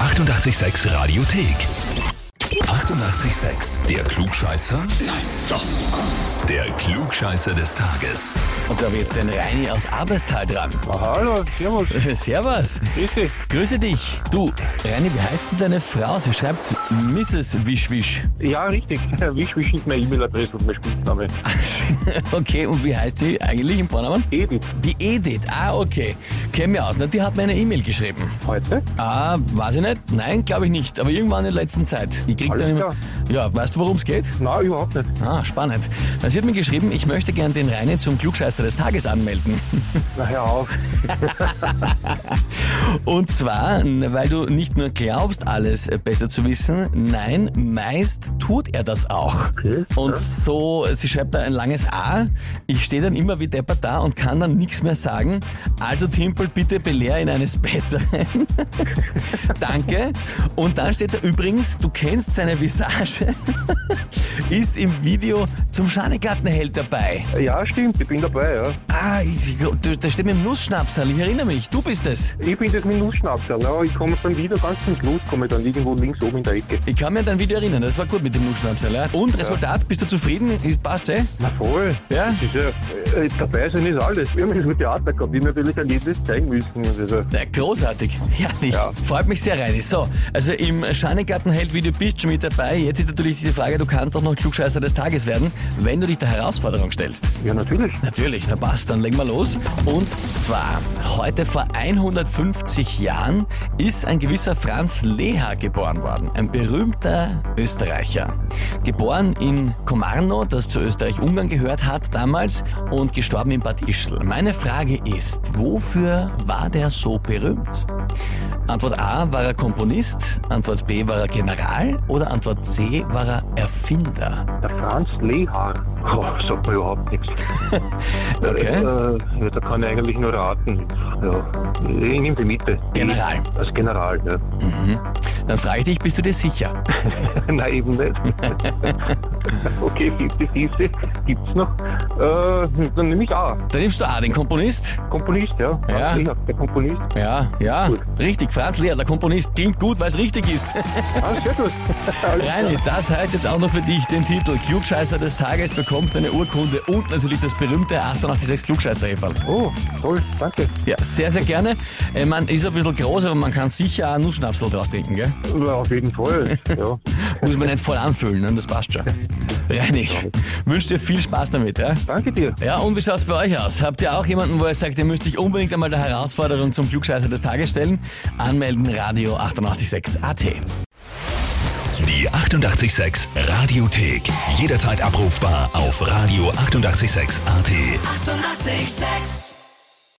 886 Radiothek. 88,6. Der Klugscheißer? Nein, doch. Der Klugscheißer des Tages. Und da habe ich jetzt den Reini aus Abestal dran. Hallo, servus, Servus. grüß dich. Grüße dich. Du, Reini, wie heißt denn deine Frau? Sie schreibt Mrs. Wischwisch. Ja, richtig. Wisch, wisch ist meine E-Mail-Adresse und mein Spitzname. okay, und wie heißt sie eigentlich im Vornamen? Edith, Die Edith. Ah, okay. Kenn mir aus. Na, die hat mir eine E-Mail geschrieben. heute? Ah, weiß ich nicht. Nein, glaube ich nicht. Aber irgendwann in der letzten Zeit. Ich krieg Alles dann immer. klar. Ja, weißt du, worum es geht? Nein, überhaupt nicht. Ah, spannend. Na, Sie hat mir geschrieben, ich möchte gern den Reine zum Klugscheißer des Tages anmelden. Na, hör auf. Und zwar, n- weil du nicht nur glaubst, alles äh, besser zu wissen, nein, meist tut er das auch. Okay, Und so, sie schreibt da ein langes A, ich stehe dann immer wie deppert da und kann dann nichts mehr sagen. Also Timpel, bitte belehr ihn eines Besseren. Danke. Und dann steht da übrigens, du kennst seine Visage, ist im Video zum Schanigartenheld dabei. Ja, stimmt, ich bin dabei, ja. Ah, ich, da da steht mit dem Nussschnapsal, ich erinnere mich, du bist es. Ich bin das Minusschnapser. Ja. ne? Ich komme dann wieder ganz zum Schluss, komme dann irgendwo links oben in der Ecke. Ich kann mir an dein Video erinnern, das war gut mit dem Nullschnapsel. Ja? Und Resultat, bist du zufrieden? Passt, eh? Na voll. Ja? Das ist ja, äh, dabei sein ist alles. Wir haben das mit Theater gehabt. Ich habe natürlich ein jedes zeigen müssen. Also, Na, großartig. Herrlich. Ja. Freut mich sehr, Reini. So, also im Schanigartenheld-Video bist du schon mit dabei. Jetzt ist natürlich die Frage, du kannst auch noch Klugscheißer des Tages werden, wenn du dich der Herausforderung stellst. ja, natürlich. Natürlich, na passt, dann legen wir los. Und zwar, heute vor 150 Jahren ist ein gewisser Franz Leha geboren worden, ein berühmter Österreicher. Geboren in Komarno, das zu Österreich-Ungarn gehört hat damals, und gestorben in Bad Ischl. Meine Frage ist, wofür war der so berühmt? Antwort A, war er Komponist? Antwort B, war er General? Oder Antwort C, war er Erfinder? Der Franz Lehar. Oh, sagt mir überhaupt nichts. Okay. Äh, ja, da kann ich eigentlich nur raten. Ja. Ich nehme die Mitte. General. Als General, ja. Dann frage ich dich, bist du dir sicher? Nein, eben nicht. okay, 50-50 gibt's noch. Äh, dann nehme ich A. Dann nimmst du A, den Komponist. Komponist, ja. Ja. Lehnert, Der Komponist. Ja, ja, Gut. richtig. Franz Lehr, der Komponist, klingt gut, weil es richtig ist. Ah, sehr gut. Alles Reini, das heißt jetzt auch noch für dich den Titel Klugscheißer des Tages, bekommst eine Urkunde und natürlich das berühmte 886 klugscheißer -Eferl. Oh, toll, danke. Ja, sehr, sehr gerne. Ich meine, ist ein bisschen groß, aber man kann sicher einen Nussschnapsel draus trinken, gell? Ja, auf jeden Fall. ja. Muss man nicht voll anfüllen, ne? das passt schon. Reini, wünsche dir viel Spaß damit, ja? Danke dir. Ja, und wie schaut's bei euch aus? Habt ihr auch jemanden, wo ihr sagt, ihr müsst euch unbedingt einmal der Herausforderung zum Klugscheißer des Tages stellen? Anmelden, Radio 886 AT. Die 886 Radiothek. Jederzeit abrufbar auf radio886.at. 886! 886